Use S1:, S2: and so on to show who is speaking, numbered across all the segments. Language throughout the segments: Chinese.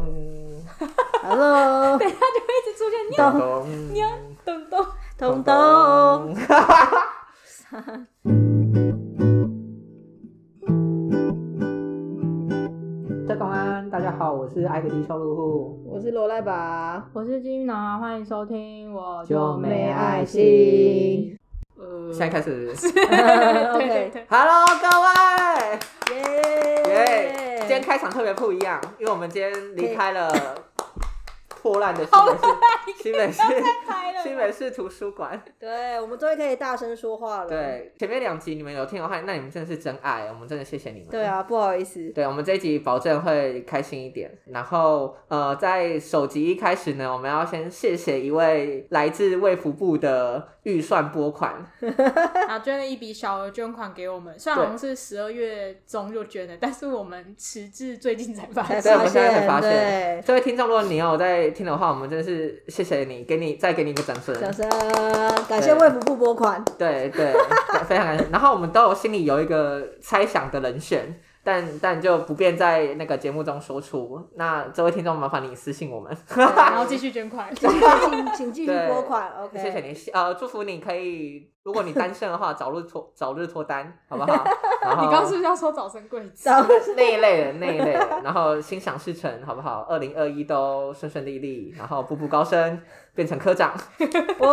S1: 咚
S2: Hello，
S3: 等一下就会一直出现
S1: 咚
S2: 咚
S1: 咚
S3: 你要咚咚。
S2: 东东，，
S1: 在公安，大家好，我是艾格迪修路户。
S2: 我是罗赖吧。
S3: 我是金鱼脑，欢迎收听，我
S1: 就没
S3: 没啊
S1: 爱
S3: 爱
S2: 心
S3: 心。呃
S1: 现在开始
S3: 对对
S2: OK，
S3: 对，
S1: ，Hello 各
S3: 啊
S1: 位，耶、
S2: 耶！
S1: 今天开场特别不一样，因为我们今天离开了破烂的新北市，新北市
S3: 拍了
S1: 新北市图书馆。
S2: 对，我们终于可以大声说话了。，
S1: 对，前面两集你们有听的话，那你们真的是真爱，我们真的谢谢你们。
S2: 对啊，不好意思，
S1: 对，我们这一集保证会开心一点。然后，呃，在首集一开始呢，我们要先谢谢一位来自卫福部的预算拨款，
S3: 啊，捐了一笔小额捐款给我们，虽然好像是十二月中就捐的，但是我们迟至最近才发
S2: 才
S1: 对，我
S3: 现。
S1: 们现在才发现
S2: 现，
S1: 这位听众，如果你有在听的话，我们真的是谢谢你，给你再给你一个掌声。
S2: 掌声，感谢卫福部 拨款。
S1: 对对，非常感谢。然后我们都有心里有一个猜想的人选，但但就不便在那个节目中说出。那这位听众，麻烦你私信我们。
S3: 然后继续捐款，
S2: 继续请请继续
S1: 对
S2: 拨款，OK。
S1: 谢谢你，呃，祝福你可以，如果你单身的话，早日脱早日脱单，好不好？然后
S3: 你刚刚是不是要说早生贵子？，
S2: 早
S1: 那一类的那一类的，然后心想事成，好不好？二零二一都顺顺利利，然后步步高升，变成科长。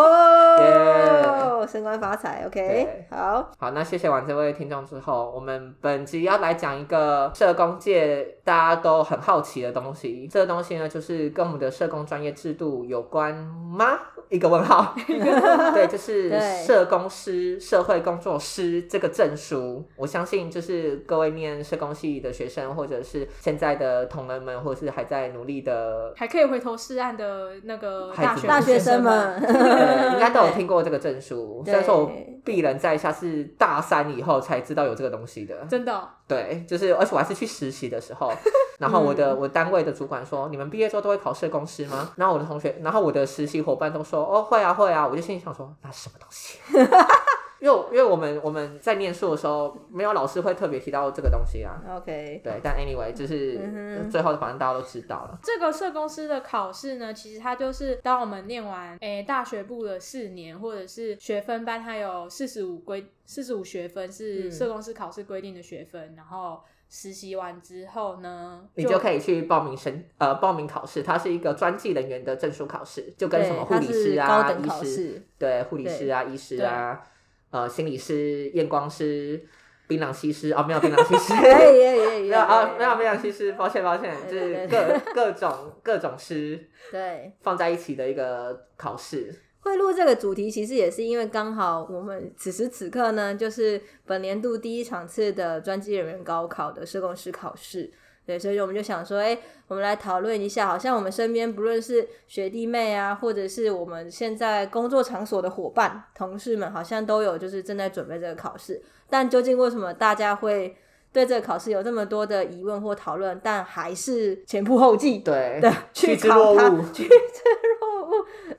S2: 哦，升官发财，OK，
S1: 对
S2: 好，
S1: 好，那谢谢完这位听众之后，我们本集要来讲一个社工界大家都很好奇的东西。这个东西呢，就是跟我们的社工专业制度有关吗？一个问号。 对，就是
S2: 对
S1: 社工师、社会工作师这个证书。我相信，就是各位念社工系的学生，或者是现在的同仁们，或者是还在努力的
S3: 还可以回头是岸的那个
S1: 孩
S3: 大
S1: 子们
S3: 学
S2: 大学
S3: 生
S2: 生
S3: 们，
S2: 们，
S1: 呃对应该都有听过这个证书。虽然说我
S2: 对
S1: 鄙人在下是大三以后才知道有这个东西的。
S3: 真的哦
S1: 对，就是而且我还是去实习的时 候，然后我
S2: 嗯
S1: 的我单位的主管说，你们毕业之后都会考社工师吗？然后我的同学，然后我的实习伙伴都说，哦，会啊会啊，我就心里想说，那什么东西？ 因为我因为我们我们在念书的时候，没有老师会特别提到这个东西啊。
S2: ，OK，
S1: 对，但 anyway，就是、
S2: 嗯哼
S1: 最后反正大家都知道了。
S3: 这个社工师的考试呢，其实它就是当我们念完诶大学部的四年，或者是学分班，它有四十五规四十五学分
S1: 嗯
S3: 是社工师考试规定的学分，然后实习完之后呢，
S1: 你就可以去报名申呃报名考试，它是一个专技人员的证书考试，就跟什么护
S2: 对
S1: 理师
S2: 它
S1: 啊、
S2: 是高等
S1: 医
S2: 考
S1: 师
S2: 试，
S1: 对，护理师啊、医师啊、呃，心理师、验光师、槟榔西施哦，没有槟榔西 施，
S2: 可以，可以，可以，
S1: 没有啊，
S2: 可以
S1: 没有槟榔西施，抱歉抱歉，就
S2: 对对
S1: 是各各种各种师
S2: 对。
S1: 放在一起的一个考试。
S2: 会录这个主题，其实也是因为刚好我们此时此刻呢，就是本年度第一场次的专技人员高考的社工师考试。对，所以我们就想说，哎，我们来讨论一下，好像我们身边不论是学弟妹啊，或者是我们现在工作场所的伙伴、同事们，好像都有就是正在准备这个考试。但究竟为什么大家会对这个考试有这么多的疑问或讨论，但还是前仆后继
S1: 对，
S2: 的去
S1: 趋之
S2: 考
S1: 若
S2: 它？
S1: 鹜。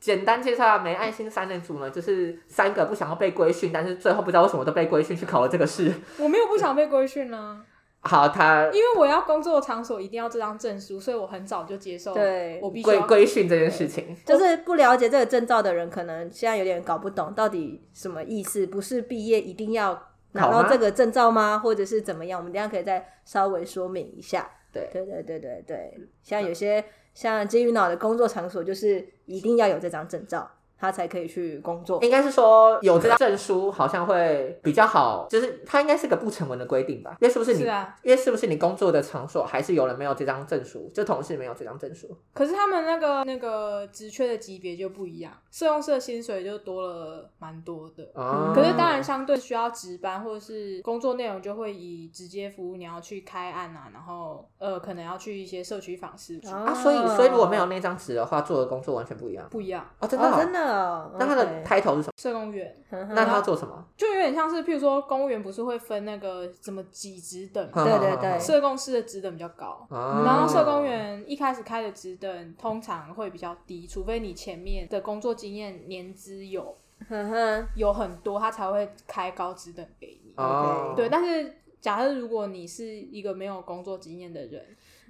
S1: 简单介绍啊没爱心三人组呢，就是三个不想要被规训，但是最后不知道为什么都被规训去考了这个试。
S3: 我没有不想被规训呢，
S1: 好，他
S3: 因为我要工作场所一定要这张证书，所以我很早就接受，
S2: 对
S3: 我必须
S1: 规
S3: 要
S1: 规训这件事情。
S2: 就是不了解这个证照的人，可能现在有点搞不懂到底什么意思。不是毕业一定要拿
S1: 考
S2: 到
S1: 吗
S2: 这个证照吗？或者是怎么样？我们等一下可以再稍微说明一下。
S1: 对嗯
S2: 对对对对对，像有些像金鱼脑的工作场所，就是一定要有这张证照，他才可以去工作。
S1: 应该是说有这张证书好像会比较好，就是它应该是个不成文的规定吧？因为是不是你？
S3: 是啊，
S1: 因为是不是你工作的场所还是有人没有这张证书，就同事没有这张证书？
S3: 可是他们那个那个职缺的级别就不一样，社工师的薪水就多了蛮多的，
S1: 哦
S3: 嗯可是当然，相对需要值班或者是工作内容，就会以直接服务，你要去开案啊，然后呃，可能要去一些社区访视处，
S2: 啊
S1: 啊，所以
S3: 哦
S1: 所以如果没有那张纸的话，做的工作完全不一样
S3: 不一样。
S1: 哦，真的、
S2: 哦，真
S3: 啊
S1: 的。
S2: 的哦，
S1: 那他的
S2: OK
S1: 抬头是什么？
S3: 社工员
S2: 呵呵
S1: 那他要做什么？
S3: 就有点像是，譬如说公务员不是会分那个什么几职等嘛，
S1: 哼
S2: 对对对
S3: 社工师的职等比较高。
S1: 嗯哦
S3: 然后社工员一开始开的职等通常会比较低，除非你前面的工作经验年资有
S2: 呵呵
S3: 有很多，他才会开高职等给你。
S1: 哦，
S3: 对，但是假设如果你是一个没有工作经验的人，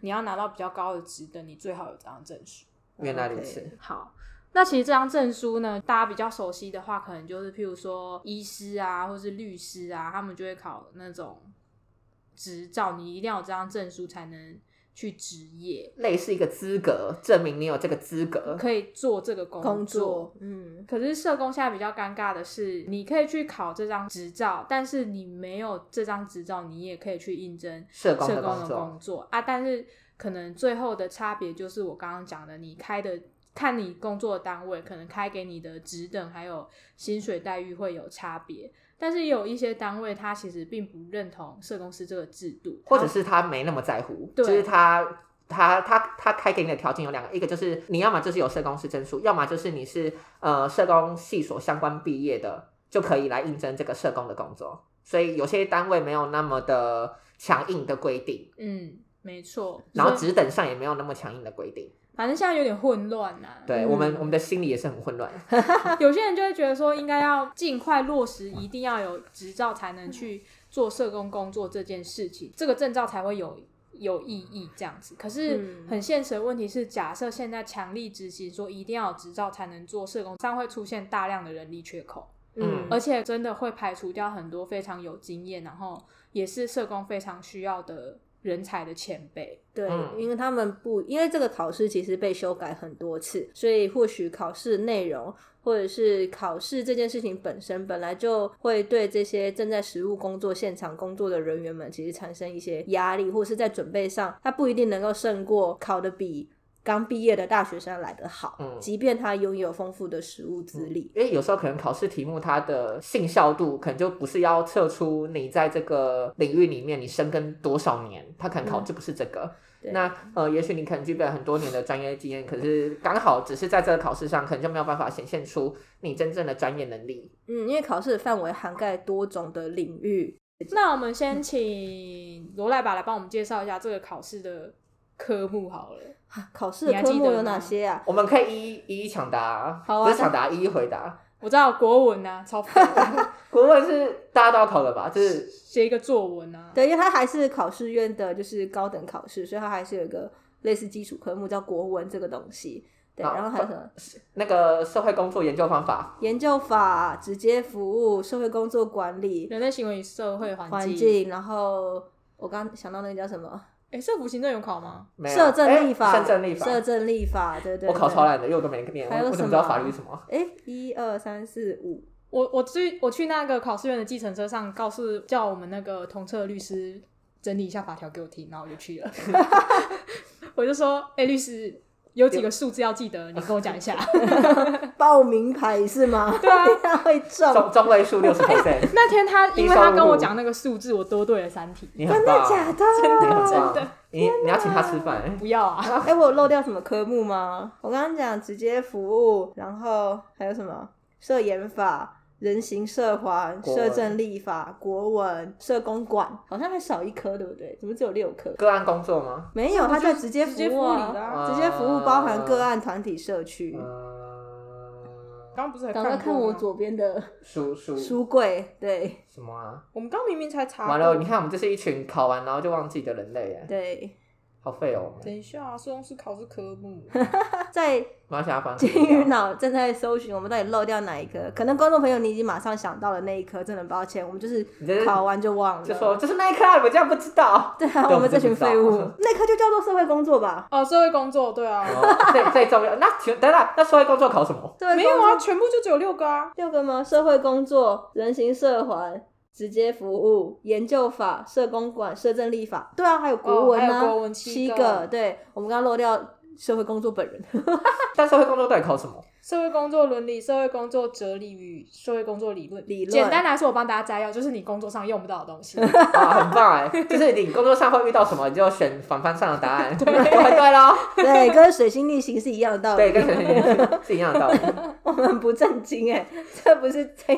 S3: 你要拿到比较高的职等，你最好有这张证书。
S1: 原来如此
S2: OK。
S3: 好，那其实这张证书呢，大家比较熟悉的话，可能就是譬如说医师啊，或是律师啊，他们就会考那种执照，你一定要有这张证书才能去执业，
S1: 类似一个资格，证明你有这个资格。
S3: 可以做这个工
S2: 工作，嗯，
S3: 可是社工现在比较尴尬的是，你可以去考这张执照，但是你没有这张执照，你也可以去应征
S1: 社
S3: 社
S1: 工
S3: 工
S1: 的
S3: 的
S1: 工作，
S3: 工作啊。但是可能最后的差别就是我刚刚讲的，你开的看你工作的单位，可能开给你的职等还有薪水待遇会有差别。但是有一些单位，他其实并不认同社工师这个制度，
S1: 或者是他没那么在乎，就
S3: 对
S1: 是他。他他他开给你的条件有两个，一个就是你要么就是有社工师证书，要么就是你是呃社工系所相关毕业的，就可以来应征这个社工的工作。所以有些单位没有那么的强硬的规定，
S3: 嗯，没错。
S1: 然后
S3: 所以
S1: 职等上也没有那么强硬的规定。
S3: 反正现在有点混乱啊呐、
S1: 对、
S2: 嗯
S1: 我们我们的心里也是很混乱。
S3: 有些人就会觉得说，应该要尽快落实，一定要有执照才能去做社工工作这件事情，这个证照才会有有意义这样子。可是
S2: 嗯
S3: 很现实的问题是，假设现在强力执行说一定要有执照才能做社工，这样会出现大量的人力缺口，
S1: 嗯
S2: 嗯，
S3: 而且真的会排除掉很多非常有经验，然后也是社工非常需要的人才的前辈。
S2: 对
S1: 嗯，
S2: 因为他们不，因为这个考试其实被修改很多次，所以或许考试内容或者是考试这件事情本身，本来就会对这些正在实务工作现场工作的人员们，其实产生一些压力，或是在准备上，他不一定能够胜过考的比刚毕业的大学生来得好，
S1: 嗯
S2: 即便他拥有丰富的实务资
S3: 嗯
S2: 历。
S1: 因为有时候可能考试题目它的信效度可能就不是要测出你在这个领域里面你深耕多少年，它可能考
S2: 嗯
S1: 就不是这个。
S2: 对
S1: 那呃，也许你可能具备很多年的专业经验，可是刚好只是在这个考试上，可能就没有办法显现出你真正的专业能力。
S2: 嗯，因为考试的范围涵盖多种的领域，
S3: 那我们先
S2: 嗯
S3: 请罗赖爸来帮我们介绍一下这个考试的科目好了。
S2: 啊考试
S3: 你
S2: 的
S3: 还
S2: 科
S3: 记
S2: 目
S3: 得
S2: 有哪
S3: 吗
S2: 些啊？
S1: 我们可以一一一一抢答，
S3: 好啊
S1: 不是抢答，一一回答。
S3: 我知道国文啊，超废的
S1: 国文是大家都要考的吧？就是
S3: 写一个作文啊。
S2: 对，因为它还是考试院的，就是高等考试，所以它还是有一个类似基础科目叫国文这个东西。对，
S1: 好
S2: 然后还有什么
S1: 那个社会工作研究方法，
S2: 研究法、直接服务、社会工作管理、
S3: 人类行为与社会环
S2: 环境，然后我刚想到那个叫什么
S3: 哎，社福行政有考吗？
S1: 没有
S2: 社政立
S1: 哎
S2: 法、
S1: 社政立法，
S2: 社政立法，对对
S1: 我考
S2: 对
S1: 超。烂的，因为我都没念，
S2: 还有
S1: 我我怎
S2: 什
S1: 么知道
S2: 么
S1: 法律是什么？
S2: 哎，一二三四五，
S3: 我我去我去那个考试院的计程车上，告诉叫我们那个同车的律师整理一下法条给我听，然后我就去了。 我就说，哎，律师有几个数字要记得，你跟我讲 一下。
S2: 报名牌 是吗？ 对啊，他会中，
S1: 中中位数六十 percent，
S3: 那天他
S1: 低
S3: 因为他
S1: 收入
S3: 跟我讲那个数字，我多对了三题。
S1: 你
S2: 真
S1: 很
S2: 的
S1: 棒，啊
S2: 假 的？
S1: 你很棒，
S3: 真的
S1: 你你要请他吃饭，
S3: 不要啊！
S2: 哎、我有漏掉什么科目吗？我刚刚讲直接服务，然后还有什么社研法、人行社环、
S1: 国文
S2: 社政立法、国文、社公管，好像还少一科，对不对？怎么只有六科？
S1: 个案工作吗？
S2: 没有，
S3: 这不
S2: 它
S3: 就是
S2: 在直接
S3: 直接
S2: 服务
S3: 服务里的
S2: 啊，
S3: 啊
S2: 直接服务包含个案、团体、社区。
S1: 呃嗯，
S3: 刚不是还
S2: 赶快看
S3: 过
S2: 我
S3: 吗，
S2: 左边的
S1: 书书
S2: 书柜，对
S1: 什么啊？
S3: 我们刚明明才查
S1: 完了，
S3: 过
S1: 你看我们这是一群考完然后就忘记的人类耶，
S2: 对，
S1: 好废哦。
S3: 等一下啊，社工师考试科目。
S2: 在
S1: 马来西亚反
S2: 金鱼脑正在搜寻我们到底漏掉哪一科，可能观众朋友你已经马上想到了那一科，真的很抱歉，我们就是
S1: 你这是
S2: 考完就忘了，
S1: 就说就是那一刻啊，你们竟然不知 道。
S2: 对啊，
S1: 对
S2: 我们这群废 物
S1: 我们就，
S2: 那科就叫做社会工作吧。
S3: 哦，社会工作，对啊，
S1: 哦最最重要，那请等等，那社会工作考什么？
S2: 社会
S3: 没
S2: 工
S3: 有
S2: 作
S3: 啊，全部就只有六个啊。
S2: 六个吗？社会工作、人行社环、直接服务、研究法、社工管、社政立法，对啊，还有国文
S3: 哦
S2: 啊，
S3: 还有国文
S2: 七
S3: 七
S2: 个
S3: 个
S2: 对我们刚刚漏掉社会工作本人，
S1: 但社会工作到底考什么？
S3: 社会工作伦理、社会工作哲理与社会工作理论。
S2: 理论
S3: 简单来说，我帮大家摘要， 就是你工作上用不到的 东西。
S1: 啊，很棒哎！就是你工作上会遇到什么，你就选反方向的答案，就会 对喽。
S2: 对，跟水星逆行是一样的 道理。
S1: 对，跟陈婷是一样的道理。
S2: 我们很不正经哎， 这不是这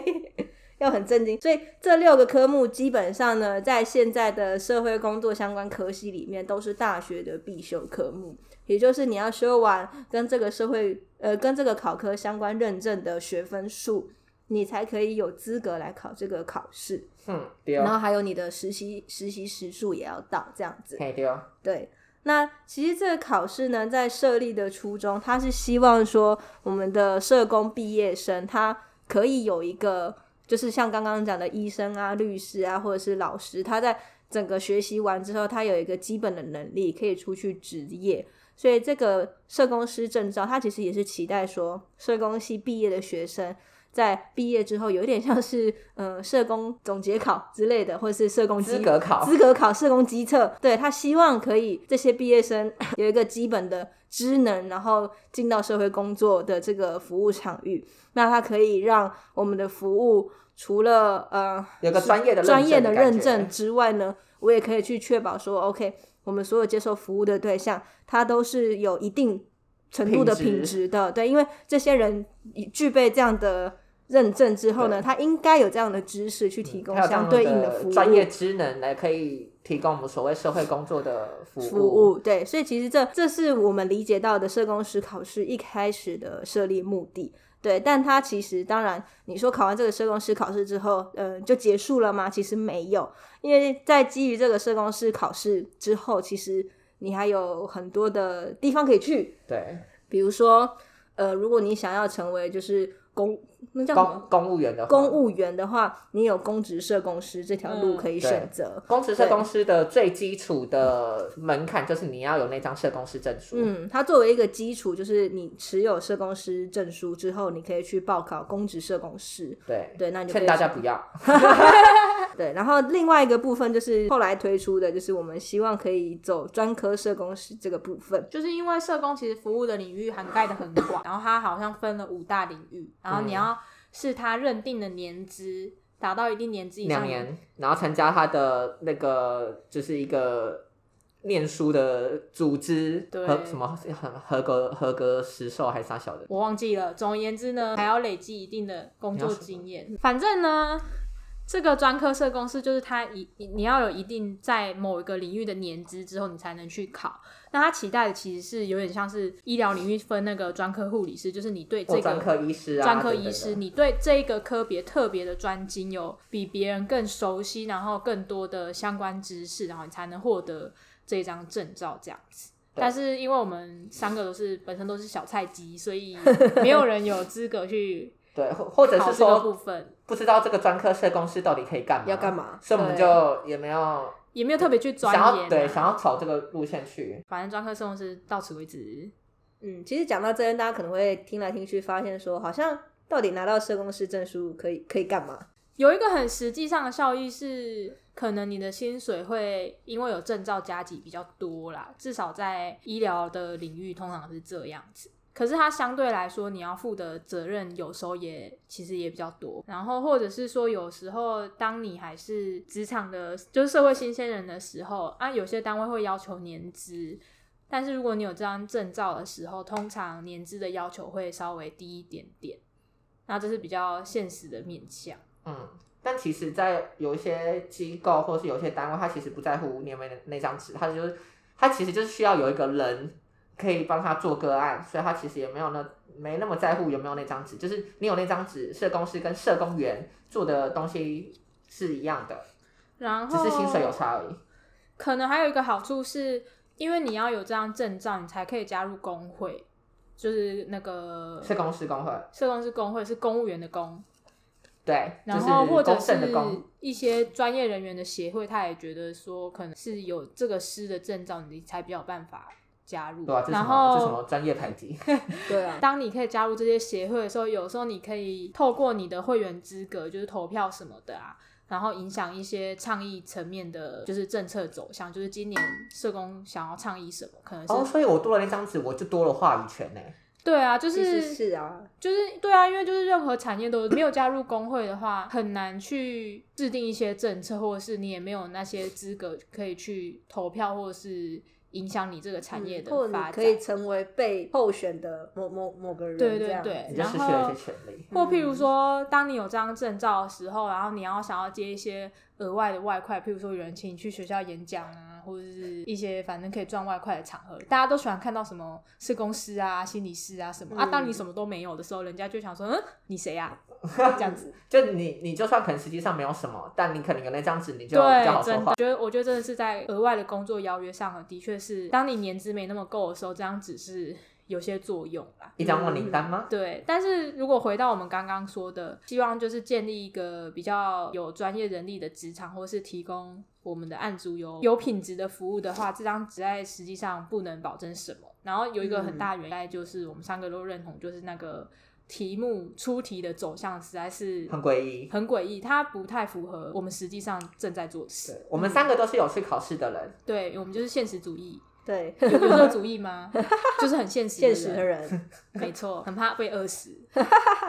S2: 要很正经。所以这六个科目基本上呢，在现在的社会工作相关科系里面，都是大学的必修科目，也就是你要修完跟这个社会呃跟这个考科相关认证的学分数。你才可以有资格来考这个考试，
S1: 嗯，对
S2: 然
S1: 哦，
S2: 后还有你的实习实习时数也要到这样子。
S1: 嘿对哦，
S2: 对，那其实这个考试呢，在设立的初衷，它是希望说我们的社工毕业生，他可以有一个，就是像刚刚讲的医生啊、律师啊，或者是老师，他在整个学习完之后，他有一个基本的能力，可以出去职业。所以这个社工师证照，它其实也是期待说，社工系毕业的学生在毕业之后，有一点像是呃社工总结考之类的，或是社工
S1: 资
S2: 基
S1: 格考
S2: 资格考、社工机测，对他希望可以这些毕业生 有一个基本的知能，然后进到社会工作的这个服务场域，那它可以让我们的服务除了呃
S1: 有个专业的认
S2: 专业
S1: 证的感
S2: 认
S1: 觉
S2: 证之外呢，我也可以去确保说，OK，我们所有接受服务的对象，他都是有一定程度的
S1: 品质
S2: 品质的，对，因为这些人已具备这样的认证之后呢，他应该有这样的知识去提供
S1: 嗯还有这
S2: 相
S1: 样
S2: 对应的服务，
S1: 专业职能来可以提供我们所谓社会工作的服务。
S2: 服务。对，所以其实这这是我们理解到的社工师考试一开始的设立目的。对，但它其实当然，你说考完这个社工师考试之后，呃，就结束了吗？其实没有，因为在基于这个社工师考试之后，其实你还有很多的地方可以去，
S1: 对，
S2: 比如说，呃，如果你想要成为就是公那叫什么
S1: 公公务员的话
S2: 公务员的话，你有公职社工师这条路
S3: 嗯
S2: 可以
S1: 对
S2: 选择。
S1: 公职社
S2: 对
S1: 公司的最基础的门槛就是你要有那张社公司证书。
S2: 嗯，它作为一个基础，就是你持有社工师证书之后，你可以去报考公职社工师。
S1: 对，
S2: 对，那你就可
S1: 劝
S2: 以
S1: 大家不要。
S2: 对。然后另外一个部分就是后来推出的，就是我们希望可以走专科社工师这个部分。
S3: 就是因为社工其实服务的领域涵盖的很广，然后它好像分了五大领域，然后你
S1: 嗯
S3: 要是他认定的年资达到一定年资以上，
S1: 两年，然后参加他的那个就是一个念书的组织
S3: 对
S1: 和什么合格合格实授还是啥小的。
S3: 我忘记了。总而言之
S1: 嗯
S3: 呢，还要累积一定的工作经验。反正呢，这个专科社公司就是它一你你要有一定在某一个领域的年资之后，你才能去考。那他期待的其实是有点像是医疗领域分那个专科护理师，就是你对这
S1: 或
S3: 个
S1: 专科医师啊，
S3: 专科
S1: 等等
S3: 医
S1: 的
S3: 师，你对这一个科别特别的专精，有比别人更熟悉，然后更多的相关知识，然后你才能获得这张证照这样子。
S1: 对
S3: 但是因为我们三个都是本身都是小菜鸡，所以没有人有资格去
S1: 对，或或者
S3: 考
S1: 是
S3: 这个部
S1: 说
S3: 分，
S1: 不知道这个专科社公司到底可以干嘛，
S2: 要干
S3: 啊
S2: 嘛
S1: 所以我们就也没有
S3: 也没有特别去钻
S1: 想要
S3: 研、啊
S1: 对想，要走这个路线去。
S3: 反正专科生活是到此为止。
S2: 嗯，其实讲到这边，大家可能会听来听去，发现说好像到底拿到社工师证书可以可以干嘛？
S3: 有一个很实际上的效益是，可能你的薪水会因为有证照加级比较多啦，至少在医疗的领域通常是这样子。可是它相对来说，你要负的责任有时候也其实也比较多。然后或者是说，有时候当你还是职场的，就是社会新鲜人的时候，啊，有些单位会要求年资，但是如果你有这张证照的时候，通常年资的要求会稍微低一点点。那这是比较现实的面向。
S1: 嗯，但其实，在有一些机构或是有一些单位，他其实不在乎你有没有那张纸，他就是他其实就是需要有一个人可以帮他做个案，所以他其实也没有那没那么在乎有没有那张纸，就是你有那张纸，社工师跟社工员做的东西是一样的，
S3: 然
S1: 只
S3: 后
S1: 是薪水有差而已。
S3: 哦可能还有一个好处是，因为你要有这张证照，你才可以加入工会，就是那个
S1: 社工师工会，
S3: 社工是工会，是公务员的公，
S1: 对，
S3: 然
S1: 就
S3: 后
S1: 是
S3: 或者
S1: 公正的
S3: 是
S1: 公，
S3: 一些专业人员的协会，他也觉得说可能是有这个师的证照，你才比较有办法加入。
S1: 对啊吧、这是什
S3: 然
S1: 么？这是什么
S3: 后
S1: 专业排 挤？
S2: 对啊，
S3: 当你可以加入这些协会的时候，有时候你可以透过你的会员资格，就是投票什么的啊，然后影响一些倡议层面的，就是政策走向，就是今年社工想要倡议什么，可能是、
S1: 哦，所以我多了那张纸，我就多了话语权呢、
S3: 对啊，就
S2: 其实
S3: 是
S2: 是啊，
S3: 就是对啊，因为就是任何产业都没有加入工会的话，很难去制定一些政策，或者是你也没有那些资格可以去投票，或者是影响你这个产业
S2: 嗯或
S3: 的
S2: 你
S3: 发展。
S2: 可以成为被候选的某某某个人，
S3: 对对
S2: 这样
S3: 对
S1: 你就
S3: 然
S1: 失去了一
S3: 后
S1: 些权利。
S3: 或譬如说，当你有这张证照的时候，然后你要想要接一些额外的外快，譬如说有人请你去学校演讲啊，或者是一些反正可以赚外快的场合，大家都喜欢看到什么社工师啊、心理师啊什么、啊。
S2: 嗯
S3: 当你什么都没有的时候，人家就想说，嗯，你谁呀、啊？这样子，
S1: 就你你就算可能实际上没有什么，但你可能有那张纸，你就比较好说
S3: 对，真
S1: 话
S3: 的，。觉得我觉得真的是在额外的工作邀约上，的确是当你年资没那么够的时候，这样只是有些作用啦。
S1: 一张万灵丹吗？
S3: 嗯对，但是如果回到我们刚刚说的，希望就是建立一个比较有专业能力的职场，或是提供我们的案主有有品质的服务的话，这张纸在实际上不能保证什么。然后有一个
S2: 嗯
S3: 很大原因就是我们三个都认同，就是那个题目出题的走向实在是
S1: 很诡异。
S3: 很诡异，它不太符合我们实际上正在做的事。
S1: 我们三个都是有去考试的人，
S3: 对我们就是现实主义，
S2: 对，
S3: 有有这个主义吗？ 就是很现实，
S2: 现实的，人，
S3: 没错，很怕被饿死。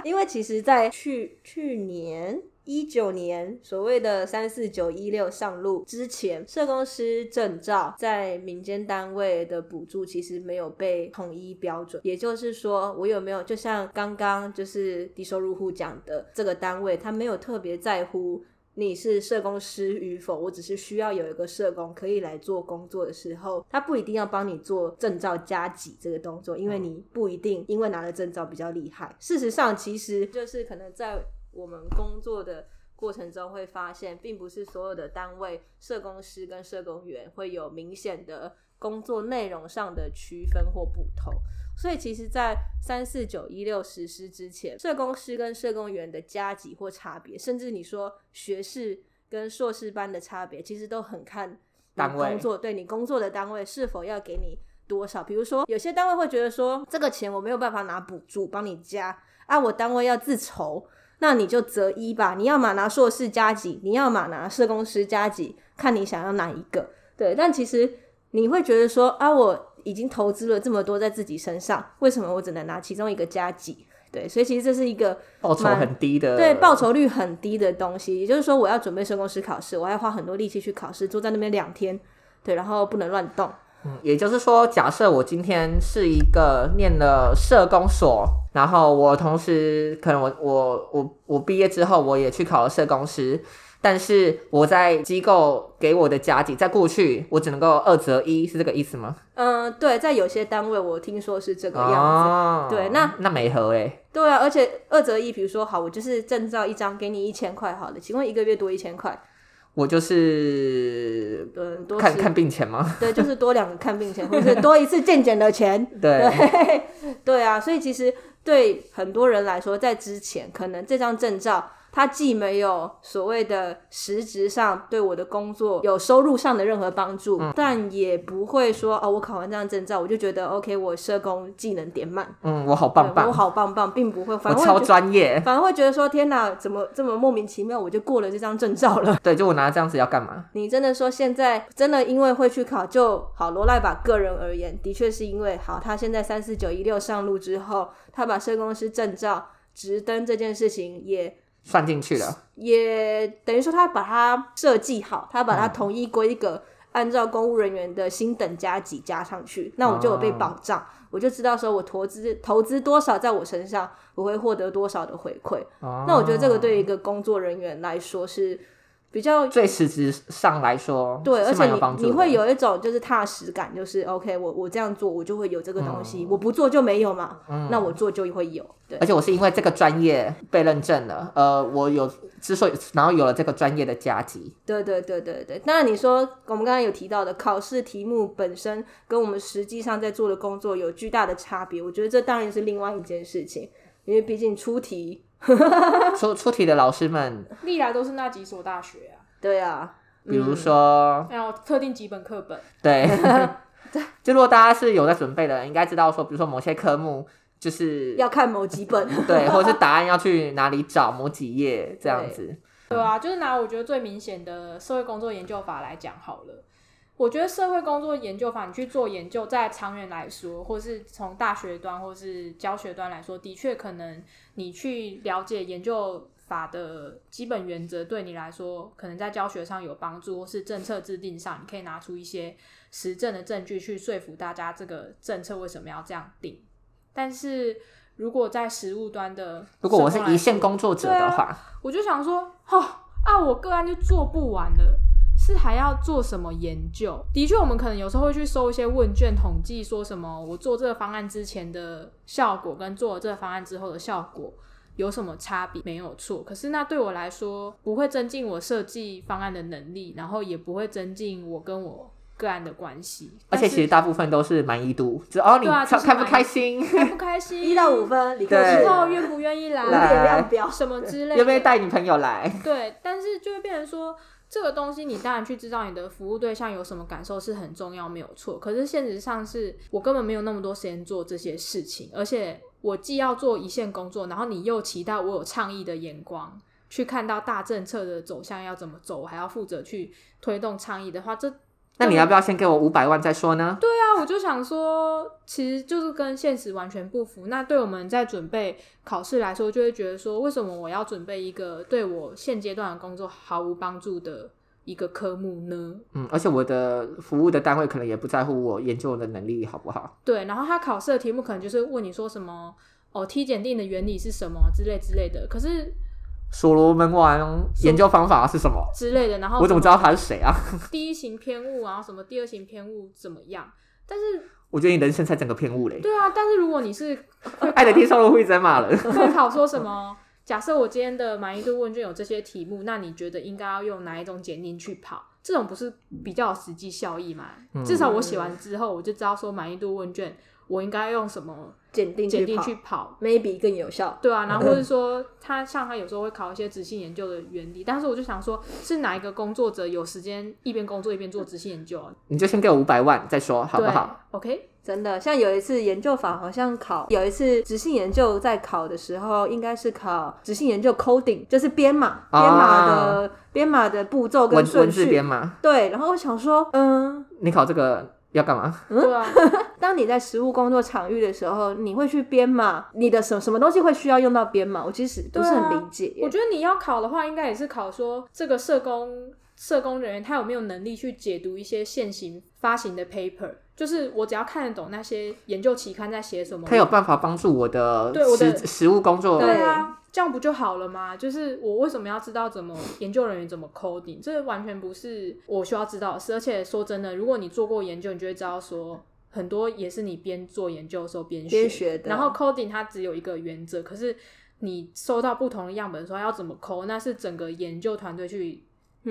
S2: 因为其实，在去去年。一九年所谓的三四九一六上路之前，社工师证照在民间单位的补助其实没有被统一标准，也就是说，我有没有就像刚刚就是低收入户讲的，这个单位他没有特别在乎你是社工师与否，我只是需要有一个社工可以来做工作的时候，他不一定要帮你做证照加级这个动作，因为你不一定因为拿了证照比较厉害。事实上，其实就是可能在我们工作的过程中会发现，并不是所有的单位社工师跟社工员会有明显的工作内容上的区分或不同。所以其实，在三四九一六实施之前，社工师跟社工员的加级或差别，甚至你说学士跟硕士班的差别，其实都很看你
S1: 单位
S2: 工作对你工作的单位是否要给你多少。比如说，有些单位会觉得说，这个钱我没有办法拿补助帮你加啊，我单位要自筹，那你就择一吧，你要么拿硕士加级，你要么拿社工师加级，看你想要哪一个。对，但其实你会觉得说啊，我已经投资了这么多在自己身上，为什么我只能拿其中一个加级？对，所以其实这是一个
S1: 报酬
S2: 蛮
S1: 很低的。
S2: 对报酬率很低的东西。也就是说，我要准备社工师考试，我还要花很多力气去考试，坐在那边两天，对，然后不能乱动。
S1: 嗯也就是说，假设我今天是一个念了社工所，然后我同时可能我我我我毕业之后，我也去考了社工师，但是我在机构给我的加级，在过去我只能够二择一，是这个意思吗？
S2: 嗯，对，在有些单位我听说是这个样子。
S1: 哦，
S2: 对那
S1: 那没合哎、欸，
S2: 对啊，而且二择一，比如说好，我就是证照一张，给你一千块，好了，请问一个月多一千块，
S1: 我就是
S2: 嗯，多
S1: 看
S2: 吃
S1: 看病前 吗？
S2: 对，就是多两个看病钱，或者是多一次健检的钱，
S1: 对，
S2: 对对啊，所以其实对很多人来说，在之前可能这张证照，它既没有所谓的实质上对我的工作有收入上的任何帮助，
S1: 嗯
S2: 但也不会说哦，我考完这张证照，我就觉得 OK，我社工技能点满，
S1: 嗯，我好棒
S2: 对我
S1: 棒，
S2: 好棒棒，并不会，反
S1: 我
S2: 而会
S1: 超
S2: 觉得
S1: 专业。
S2: 反而会觉得说天哪，怎么这么莫名其妙我就过了这张证照了？
S1: 对，就我拿这样子要干嘛？
S2: 你真的说现在真的因为会去考就好，罗赖吧个人而言，的确是因为好，他现在三四九一六上路之后，他把社工师证照直登这件事情也。
S1: 算进去了。
S2: 也等于说，他把它设计好，他把它统一规格，按照公务人员的薪等加级加上去，那我就有被保障，我就知道说我投资投资多少在我身上，我会获得多少的回馈。
S1: 哦
S2: 那我觉得这个对一个工作人员来说是比较
S1: 最实质上来说，
S2: 对，而
S1: 是
S2: 且
S1: 蛮有帮
S2: 你
S1: 助
S2: 你
S1: 的
S2: 会有一种就是踏实感，就是 OK，我我这样做我就会有这个东西，
S1: 嗯
S2: 我不做就没有嘛，那我做就会有。对
S1: 而，且我是因为这个专业被认证了，呃，我有之所以然后有了这个专业的加级，
S2: 对对对对对。那你说我们刚才有提到的考试题目本身跟我们实际上在做的工作有巨大的差别，我觉得这当然是另外一件事情，因为毕竟出题，
S1: 出出题的老师们，
S3: 历来都是那几所大学啊，
S2: 对啊，
S1: 比如
S3: 嗯
S1: 说、
S3: 然后特定几本课本，
S1: 对，就如果大家是有在准备的人，应该知道说，比如说某些科目就是
S2: 要看某几本。
S1: 对，或者是答案要去哪里找某几页这样子，
S3: 对啊，就是拿我觉得最明显的社会工作研究法来讲好了。我觉得社会工作研究法，你去做研究，在长远来说，或是从大学端或是教学端来说，的确可能你去了解研究法的基本原则，对你来说可能在教学上有帮助，或是政策制定上，你可以拿出一些实证的证据去说服大家这个政策为什么要这样定。但是如果在实务端的，
S1: 如果我是一线工作者的话，
S3: 啊我就想说，哦啊，我个案就做不完了，是还要做什么研究？的确，我们可能有时候会去收一些问卷统计，说什么我做这个方案之前的效果跟做了这个方案之后的效果有什么差别？没有错。可是那对我来说，不会增进我设计方案的能力，然后也不会增进我跟我个案的关系。
S1: 而且
S3: 但是
S1: 其实大部分都是满意度，就是哦，你
S3: 对啊
S1: 开
S3: 就是
S1: 开不
S3: 满意
S1: 开心，
S3: 开不开心，
S2: 一到五分，理科
S1: 对
S2: 系
S3: 之后
S2: 五点
S3: 愿不愿意
S1: 来
S3: 来，
S2: 不 要 标，
S3: 什么之类的，
S1: 有没有带你朋友来？
S3: 对，但是就会变成说，这个东西你当然去知道你的服务对象有什么感受是很重要，没有错。可是现实上是我根本没有那么多时间做这些事情，而且我既要做一线工作，然后你又期待我有倡议的眼光。去看到大政策的走向要怎么走，我还要负责去推动倡议的话，这
S1: 那你要不要先给我五百万再说呢？
S3: 对啊，我就想说，其实就是跟现实完全不符。那对我们在准备考试来说，就会觉得说，为什么我要准备一个对我现阶段的工作毫无帮助的一个科目呢？
S1: 嗯，而且我的服务的单位可能也不在乎我研究的能力好不好。
S3: 对，然后他考试的题目可能就是问你说什么哦，梯检定的原理是什么之类之类的，可是
S1: 所罗门王研究方法是什么？
S3: 之类的，然后
S1: 我怎么知
S3: 道
S1: 道他是谁啊？
S3: 第一型偏误，然后什么第二型偏误怎么样？但是
S1: 我觉得你人生才整个偏误嘞。
S3: 对啊，但是如果你是会
S1: 爱的听收了会一直在骂人。
S3: 会考说什么？假设我今天的满意度问卷有这些题目，那你觉得应该要用哪一种检定去跑？这种不是比较有实际效益吗？
S1: 嗯
S3: 至少我写完之后，我就知道说满意度问卷我应该用什么
S2: 检定
S3: 检
S2: 去
S3: 定
S2: 跑
S3: 去跑。
S2: ，maybe 更有效。
S3: 对啊，然后或者说他像他有时候会考一些执行研究的原理，但是我就想说，是哪一个工作者有时间一边工作一边做执行研究啊？
S1: 你就先给我五百万再说好不好？
S3: 对？OK，
S2: 真的，像有一次研究法好像考，有一次直性研究在考的时候，应该是考直性研究 coding，就是编码，
S3: 啊
S2: 编码的编码的步骤跟
S1: 文
S2: 顺
S1: 文字编
S2: 序。
S1: 码，
S2: 对，然后我想说，嗯，
S1: 你考这个要干嘛？
S3: 对啊，
S2: 当你在实务工作场域的时候，你会去编码，你的什什么东西会需要用到编码？我其实不是
S3: 对啊
S2: 很理解耶。
S3: 我觉得你要考的话，应该也是考说这个社工社工人员他有没有能力去解读一些现行发行的 paper，就是我只要看得懂那些研究期刊在写什么，
S1: 他有办法帮助我的
S3: 对我的
S1: 实实务工作
S3: 对啊，这样不就好了吗？就是我为什么要知道怎么研究人员怎么 coding？这完全不是我需要知道的事。而且说真的，如果你做过研究，你就会知道说。很多也是你边做研究的时候边
S2: 边学的
S3: 然后 coding 它只有一个原则，可是你收到不同的样本说要怎么 code，那是整个研究团队去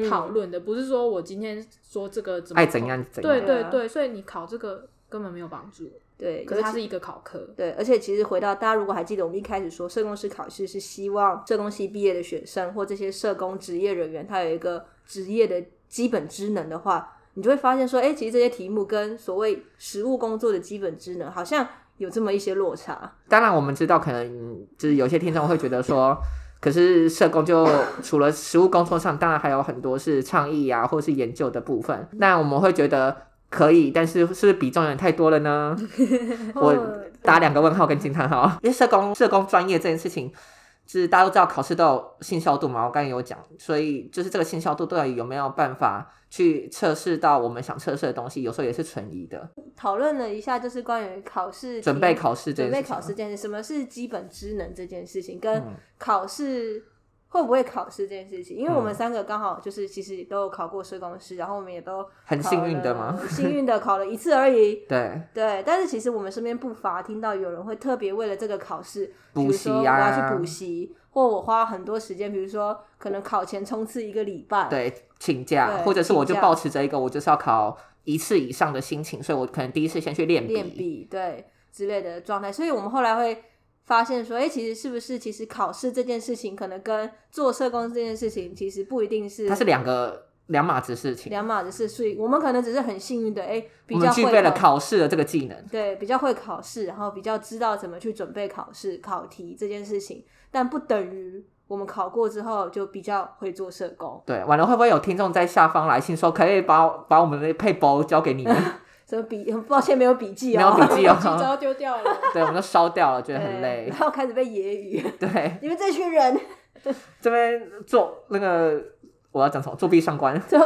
S3: 讨论的，不是说我今天说这个怎么
S1: 爱
S3: code
S1: 怎样怎
S3: 对
S1: 样。
S2: 对
S3: 对
S2: 啊
S3: 对，所以你考这个根本没有帮助。
S2: 对，
S3: 可
S2: 尤
S3: 是
S2: 其
S3: 它是一个考科，
S2: 对，而且其实回到大家如果还记得，我们一开始说社工师考试是希望社工系毕业的学生或这些社工职业人员，他有一个职业的基本职能的话，你就会发现说，哎，其实这些题目跟所谓实务工作的基本职能好像有这么一些落差。
S1: 当然我们知道，可能就是有些听众会觉得说。可是社工就除了实务工作上，当然还有很多是倡议啊，或是研究的部分。那我们会觉得可以，但是是不是比重有点太多了呢？ 我打两个问号跟惊叹号，因为社工社工专业这件事情，就是大家都知道考试都有信效度嘛，我刚才有讲，所以就是这个信效度到底有没有办法去测试到我们想测试的东西，有时候也是存疑的。
S2: 讨论了一下，就是关于考试
S1: 准备
S2: 题
S1: 考试这件
S2: 准
S1: 事
S2: 备
S1: 情，
S2: 考试这件事，什么是基本职能这件事情，跟
S1: 嗯
S2: 考试会不会考试这件事情，因为我们
S1: 嗯
S2: 三个刚好就是其实都有考过社工师，然后我们也都
S1: 很
S2: 考
S1: 幸运的
S2: 了
S1: 吗？？
S2: 幸运的考了一次而已。
S1: 对，
S2: 对，但是其实我们身边不乏听到有人会特别为了这个考试，比
S1: 补
S2: 如说
S1: 习
S2: 我
S1: 啊
S2: 要去补习，或我花很多时间，比如说可能考前冲刺一个礼拜。
S1: 对，请假，
S2: 对
S1: 或者是我就
S2: 请假
S1: 保持着一个我就是要考一次以上的心情，所以我可能第一次先去练
S2: 练
S1: 笔。
S2: 笔对之类的状态，所以我们后来会发现说，哎、其实是不是其实考试这件事情，可能跟做社工这件事情其实不一定是
S1: 它是两个两码子事情。
S2: 两码子事，所以我们可能只是很幸运的，哎、
S1: 我
S2: 比
S1: 们
S2: 较
S1: 具
S2: 会
S1: 备了考试的这个技能，
S2: 对比较会考试，然后比较知道怎么去准备考试考题这件事情，但不等于我们考过之后就比较会做社工，
S1: 对，完了会不会有听众在下方来信说，可以把把我们的配包交给你们？
S2: 所以笔很抱 歉没有笔记
S1: 没有
S2: 哦，
S1: 笔记
S3: 记早
S1: 哦，
S3: 就丢掉了。
S1: 对，我们都烧掉了，觉
S2: 对
S1: 得很累
S2: 然。后开始被揶揄，
S1: 对，
S2: 你们这群人。
S1: 这边做那个我要讲什么？作弊上 官，
S2: 就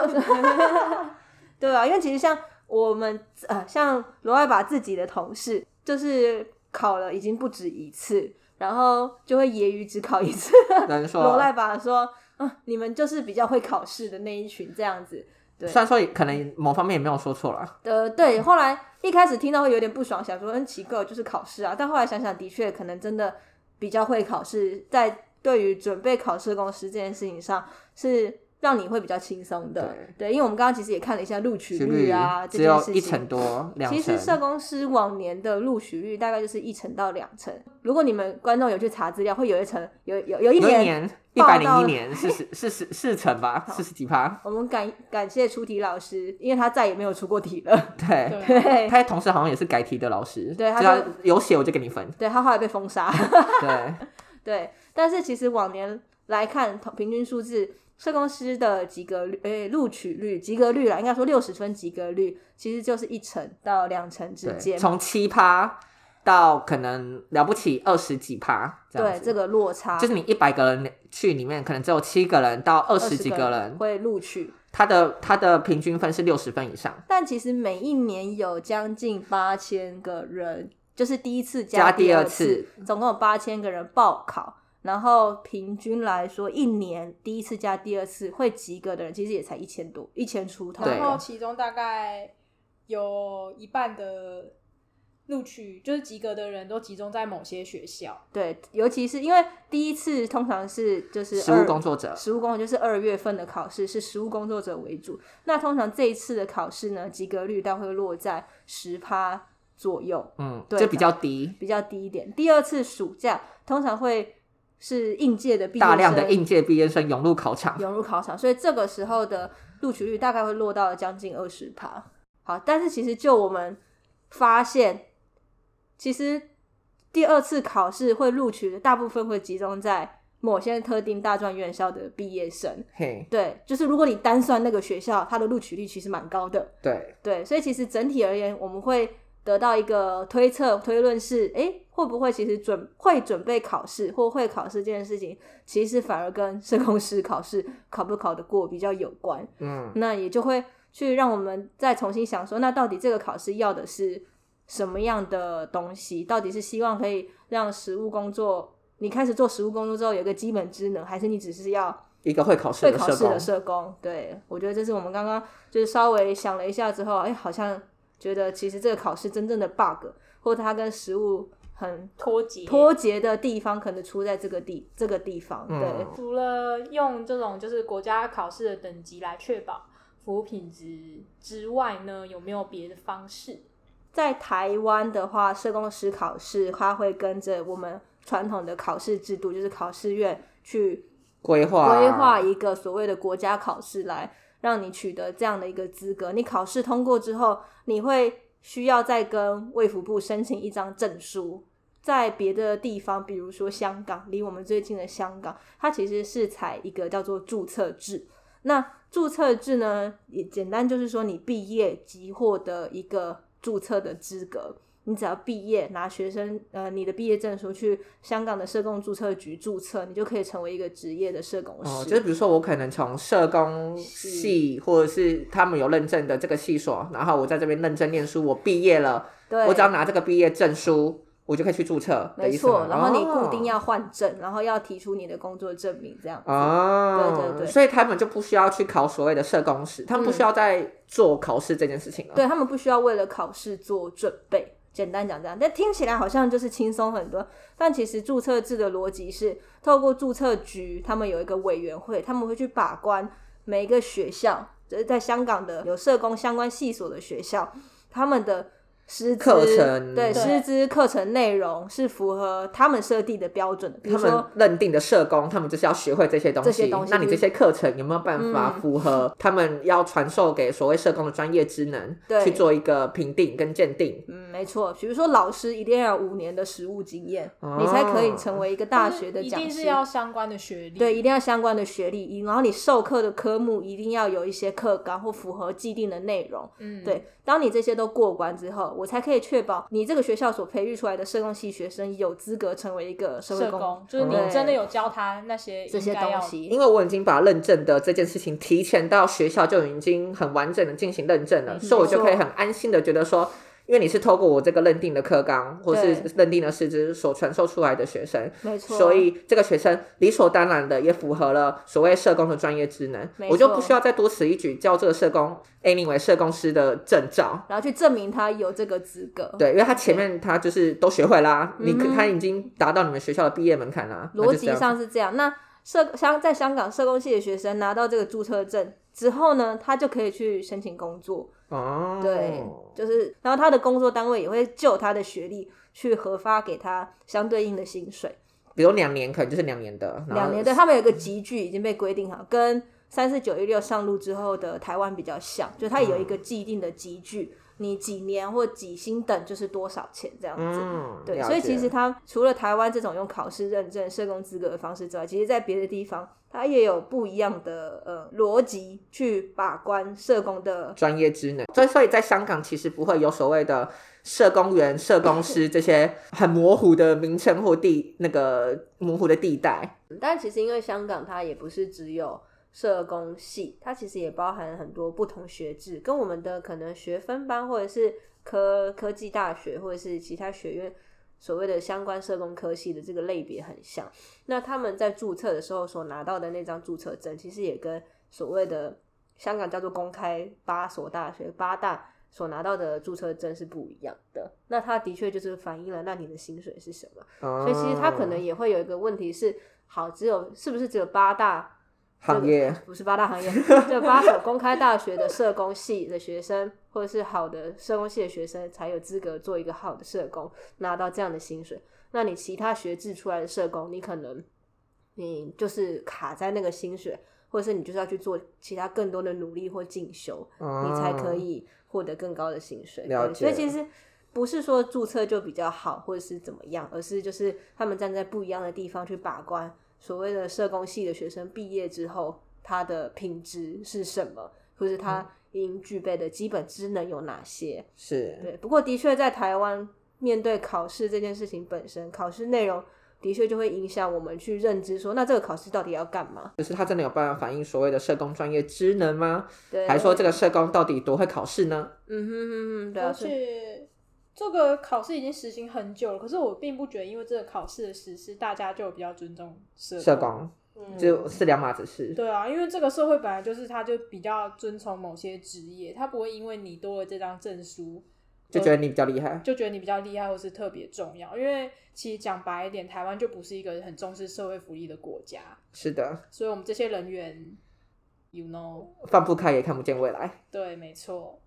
S2: 对啊，因为其实像我们呃，像罗爱把自己的同事，就是考了已经不止一次，然后就会揶揄只考 一次。
S1: 有人
S2: 罗
S1: 说
S2: 嗯赖把说，啊、你们就是比较会考试的那一群这样子。对
S1: 虽然说也可能某方面也没有说错啦，
S2: 呃，对，后来一开始听到会有点不爽，想说嗯奇怪，就是考试啊。但后来想想，的确可能真的比较会考试，在对于准备考试公司这件事情上，是让你会比较轻松的。对，因为我们刚刚其实也看了一下录取
S1: 几
S2: 率
S1: 率
S2: 啊，这
S1: 只
S2: 件
S1: 有
S2: 事
S1: 一
S2: 情
S1: 成。多两
S2: 其
S1: 成
S2: 实。社工师往年的录取率大概就是一成到两成。如果你们观众有去查资料，会有一层有有有
S1: 有一
S2: 一年
S1: 年一百
S2: 报
S1: 零
S2: 到
S1: 一年四 十四十四成吧，四十几趴。
S2: 我们感感谢出题老师，因为他再也没有出过题了。
S1: 对，
S3: 对啊，
S2: 对，
S1: 他同事好像也是改题的老师，
S2: 对他
S1: 只
S2: 就
S1: 要有写我就给你 分。
S2: 对他后来被封杀。
S1: 对，
S2: 对，但是其实往年来看，同平均数字，社工师的及格率，诶、录取率、及格率啦，应该说六十分及格率，其实就是一成到两成之
S1: 对，
S2: 间。
S1: 从七趴到可能了不起二十几趴这样
S2: 对
S1: 子，
S2: 这个落差，
S1: 就是你一百个人去里面，可能只有七个人到二十几个人，
S2: 会录取，
S1: 他的他的平均分是六十分以上，
S2: 但其实每一年有将近八千个人，就是第一次
S1: 加第
S2: 第
S1: 二
S2: 次，总共有八千个人报考。然后平均来说，一年第一次加第二次会及格的人，其实也才一千多，一千出头。
S1: 对
S3: 然后其中大概有一半的录取，就是及格的人都集中在某些学校。
S2: 对，尤其是因为第一次通常是就是
S1: 实务
S2: 二
S1: 工作者
S2: 实务工作就是二月份的考试是实务工作者为主，那通常这一次的考试呢，及格率大概会落在十趴左右，
S1: 嗯，
S2: 对
S1: 就比较低，
S2: 比较低一点。第二次暑假通常会是应届的毕业生
S1: 大量的应届毕业生涌入考场，
S2: 涌入考场，所以这个时候的录取率大概会落到将近二十趴。好，但是其实就我们发现，其实第二次考试会录取的大部分会集中在某些特定大专院校的毕业生。
S1: 嘿，
S2: 对，就是如果你单算那个学校，它的录取率其实蛮高的。
S1: 对，
S2: 对，所以其实整体而言，我们会得到一个推测、推论是：诶，会不会其实准会准备考试或会考试这件事情，其实反而跟社工师考试考不考得过比较有关。
S1: 嗯，
S2: 那也就会去让我们再重新想说，那到底这个考试要的是什么样的东西？到底是希望可以让实务工作，你开始做实务工作之后有一个基本职能，还是你只是要
S1: 一个会考试
S2: 会
S1: 的
S2: 考
S1: 社
S2: 试
S1: 工
S2: 的，社工，对我觉得这是我们刚刚就是稍微想了一下之后，哎，好像觉得其实这个考试真正的 bug，或者它跟实务很
S3: 脱节
S2: 脱节的地方，可能出在这个地这个地方。对，
S1: 嗯
S3: 除了用这种就是国家考试的等级来确保服务品质之外呢，有没有别的方式？
S2: 在台湾的话，社工师考试它会跟着我们传统的考试制度，就是考试院去
S1: 规划啊
S2: 规划一个所谓的国家考试来让你取得这样的一个资格。你考试通过之后，你会需要再跟卫福部申请一张证书。在别的地方，比如说香港，离我们最近的香港，它其实是采一个叫做注册制。那注册制呢，也简单就是说，你毕业即获得一个注册的资格。你只要毕业拿学生呃你的毕业证书去香港的社工注册局注册，你就可以成为一个职业的社工师。
S1: 哦，就是比如说我可能从社工系或者是他们有认证的这个系所，然后我在这边认真念书，我毕业了，
S2: 对，
S1: 我只要拿这个毕业证书，我就可以去注册的
S2: 没
S1: 意思吗。
S2: 错。然后你固定
S1: 哦。
S2: 要换证，然后要提出你的工作证明这样子。
S1: 哦，
S2: 对对对
S1: 所以他们就不需要去考所谓的社工师，他们不需要再做考试这件事情了。
S2: 对他们不需要为了考试做准备。简单讲这样，但听起来好像就是轻松很多。但其实注册制的逻辑是，透过注册局，他们有一个委员会，他们会去把关每一个学校，就是在香港的有社工相关系所的学校，他们的师资
S1: 课程
S2: 对
S1: 对
S2: 师资课程内容是符合他们设定的标准的，比如
S1: 他们
S2: 说
S1: 认定的社工，他们就是要学会这些东西。
S2: 这些东西嗯
S1: 那你这些课程有没有办法符合他们要传授给所谓社工的专业职能，
S2: 对
S1: 去做一个评定跟鉴定？
S2: 嗯，没错，比如说老师一定要有五年的实务经验，
S1: 哦
S2: 你才可以成为一个大学的
S3: 一
S2: 讲师，
S3: 定是要相关的学历。
S2: 对，一定要相关的学历，然后你授课的科目一定要有一些课纲或符合既定的内容。
S3: 嗯，
S2: 对，当你这些都过关之后，我才可以确保你这个学校所培育出来的社工系学生有资格成为一个社会
S3: 社
S2: 工。
S3: 工就是你
S2: 对
S3: 真的有教他那些
S2: 这些
S3: 应该要
S2: 东西，
S1: 因为我已经把认证的这件事情
S2: 嗯
S1: 提前到学校就已经很完整的进行认证了，所以我就可以很安心的觉得说，因为你是透过我这个认定的课纲或是
S2: 对
S1: 认定的师资所传授出来的学生，
S2: 没错，
S1: 所以这个学生理所当然的也符合了所谓社工的专业职能
S2: 没，
S1: 我就
S2: 错
S1: 不需要再多此一举叫这个社工 anyway 社工师的证照。
S2: 然后去证明他有这个资格，
S1: 对，因为他前面他就是都学会啦，你可
S2: 嗯哼
S1: 他已经达到你们学校的毕业门槛啦。那
S2: 逻
S1: 就这
S2: 辑
S1: 样
S2: 上是这样。那社香在香港社工系的学生拿到这个注册证之后呢，他就可以去申请工作，
S1: 哦，
S2: 对，就是然后他的工作单位也会就他的学历去核发给他相对应的薪水。
S1: 比如两年可能就是两年的，然后
S2: 两年，对他们有一
S1: 嗯
S2: 个集聚已经被规定好，跟三四九一六上路之后的台湾比较像，就它有一个既定的集聚，你几年或几星等就是多少钱这样子。
S1: 嗯，
S2: 对，
S1: 了
S2: 所以其
S1: 解
S2: 实它除了台湾这种用考试认证社工资格的方式之外，其实在别的地方它也有不一样的呃逻辑去把关社工的。
S1: 专业职能，所以所以在香港其实不会有所谓的社工员、社工师这些很模糊的名称或地那个模糊的地带。
S2: 但其实因为香港它也不是只有社工系，它其实也包含很多不同学制，跟我们的可能学分班或者是科科技大学或者是其他学院所谓的相关社工科系的这个类别很像。那他们在注册的时候所拿到的那张注册证，其实也跟所谓的香港叫做公开八所大学八大。所拿到的注册证是不一样的，那它的确就是反映了那你的薪水是什么。
S1: 所
S2: 所以其实他可
S1: 哦
S2: 能也会有一个问题是，好，只有是不是只有八大
S1: 行业
S2: 不是八大行业，就八所公开大学的社工系的学生，或者是好的社工系的学生，才有资格做一个好的社工，拿到这样的薪水。那你其他学制出来的社工，你可能你就是卡在那个薪水，或者是你就是要去做其他更多的努力或进修，
S1: 哦
S2: 你才可以获得更高的薪水。
S1: 啊了
S2: 对所以
S1: 解
S2: 其实不是说注册就比较好，或者是怎么样，而是就是他们站在不一样的地方去把关。所谓的社工系的学生毕业之后，他的品质是什么，或是
S1: 嗯
S2: 他应具备的基本职能有哪些？
S1: 是
S2: 对，不过的确在台湾面对考试这件事情本身，考试内容的确就会影响我们去认知说，那这个考试到底要干嘛？
S1: 就是他真的有办法反映所谓的社工专业职能吗？
S2: 对，
S1: 还说这个社工到底多会考试呢？
S2: 嗯哼哼哼，对啊，
S3: 而
S2: 所以
S3: 且这个考试已经实行很久了，可是我并不觉得因为这个考试的实施，大家就比较尊重社
S1: 社工
S3: 嗯
S1: 就是两码子事。
S3: 对啊，因为这个社会本来就是，它就比较遵从某些职业，它不会因为你多了这张证书，
S1: 就觉得你比较厉害，
S3: 就觉得你比较厉害或是特别重要。因为其实讲白一点，台湾就不是一个很重视社会福利的国家，
S1: 是的，
S3: 所以我们这些人员，you know，
S1: 放不开也看不见未来，
S3: 对，没错。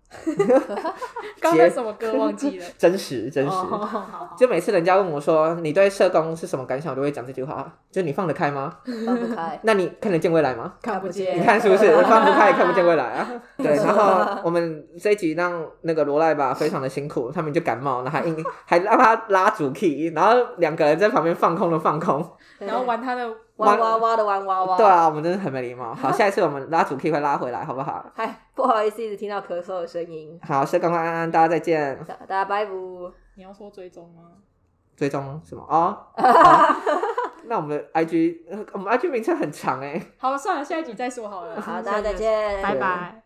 S3: 刚才什么歌忘记 了？
S1: 真实真
S3: 哦，
S1: 实。
S3: 好好好
S1: 就每次人家问我说你对社工是什么感想，我都会讲这句话，就你放得开吗？
S2: 放不开。
S1: 那你看得见未来吗？
S3: 看不
S2: 对
S1: 你
S3: 见。
S1: 看是不 是放不开，也看不见未来啊？对，然后我们这一集让那个罗赖吧非常的辛苦，他们就感冒，然后还硬 还让他拉主 key，然后两个人在旁边放空的放空。
S2: 对
S3: 然后玩他的，
S2: 哇哇哇的玩哇哇。
S1: 对啊，我们真的很没礼貌。 好，下一次我们拉主 key 会拉回来，好不好？
S2: 嗨，哎不好意思，一直听到咳嗽的声音，
S1: 好，社工安安，大家再见。
S2: 大大家拜拜。
S3: 你要说追踪吗？
S1: 追踪什么哦？ 好那我们的 IG，我们 IG 名称很长哎、
S3: 好了，算了，下一集再说好了。
S2: 好，大家再见，
S3: 拜拜。